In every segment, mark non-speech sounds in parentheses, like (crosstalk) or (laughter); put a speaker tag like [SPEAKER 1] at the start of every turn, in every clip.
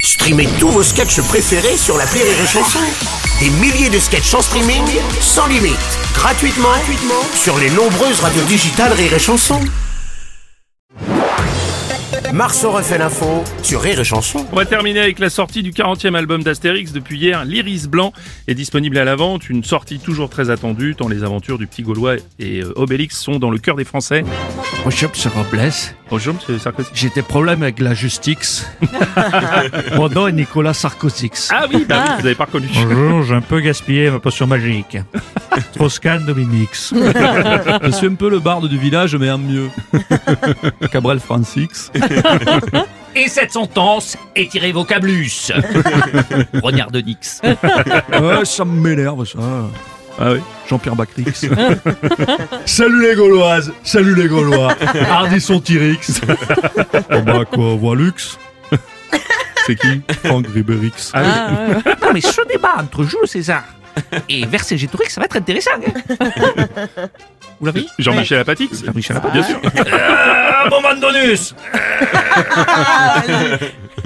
[SPEAKER 1] Streamez tous vos sketchs préférés sur la Rire et Chanson. Des milliers de sketchs en streaming, sans limite, gratuitement, gratuitement sur les nombreuses radios digitales Rire et Chanson. Marceau refait l'info sur Rire et Chanson.
[SPEAKER 2] On va terminer avec la sortie du 40e album d'Astérix depuis hier. L'Iris Blanc est disponible à la vente, une sortie toujours très attendue tant les aventures du petit Gaulois et euh, Obélix sont dans le cœur des Français.
[SPEAKER 3] Bonjour, c'est Robles.
[SPEAKER 2] Bonjour monsieur Sarkozy.
[SPEAKER 3] J'ai des problèmes avec la (laughs) justice. Mon nom est Nicolas Sarkozy.
[SPEAKER 2] Ah oui, bah oui, vous avez pas reconnu.
[SPEAKER 3] Bonjour, j'ai un peu gaspillé ma potion (laughs) magique. Toscane Dominix. (laughs) Je suis un peu le barde du village, mais un (laughs) mieux. Cabral Francix.
[SPEAKER 4] Et cette sentence est irrévocablus. Renard de Nix.
[SPEAKER 3] Ouais, ça m'énerve, ça.
[SPEAKER 2] Ah oui.
[SPEAKER 3] Jean-Pierre Bactrix. (laughs) salut les Gauloises, salut les (laughs) Gaulois. Hardisson (laughs) Tyrix. oh bah quoi, (laughs) Voilux. C'est qui Franck Ribérix.
[SPEAKER 2] Ah oui.
[SPEAKER 4] Non mais ce débat entre Jules César et Vercingétorix, ça va être intéressant. hein. Vous l'avez
[SPEAKER 2] Jean-Michel Apatix.
[SPEAKER 4] Jean-Michel
[SPEAKER 2] Bien sûr. (laughs)
[SPEAKER 4] Un moment de bonus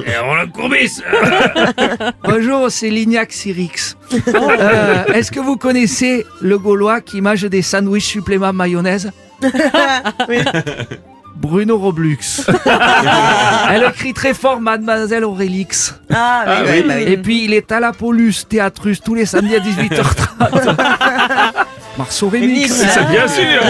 [SPEAKER 4] Et on la courbisse
[SPEAKER 5] Bonjour, c'est Lignac Sirix. Euh, Est-ce que vous connaissez le Gaulois qui mange des sandwichs suppléments mayonnaise Bruno Roblux. Elle crie très fort Mademoiselle Aurélix.
[SPEAKER 2] Ah oui.
[SPEAKER 5] Et puis il est à la Polus, théâtrus, tous les samedis à 18h30. Marceau Remix.
[SPEAKER 2] Ça, bien sûr.